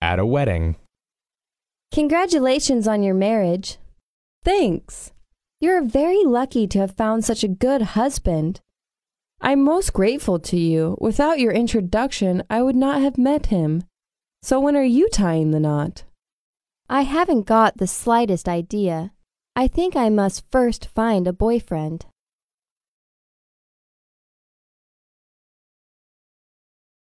At a wedding. Congratulations on your marriage. Thanks. You're very lucky to have found such a good husband. I'm most grateful to you. Without your introduction, I would not have met him. So when are you tying the knot? I haven't got the slightest idea. I think I must first find a boyfriend.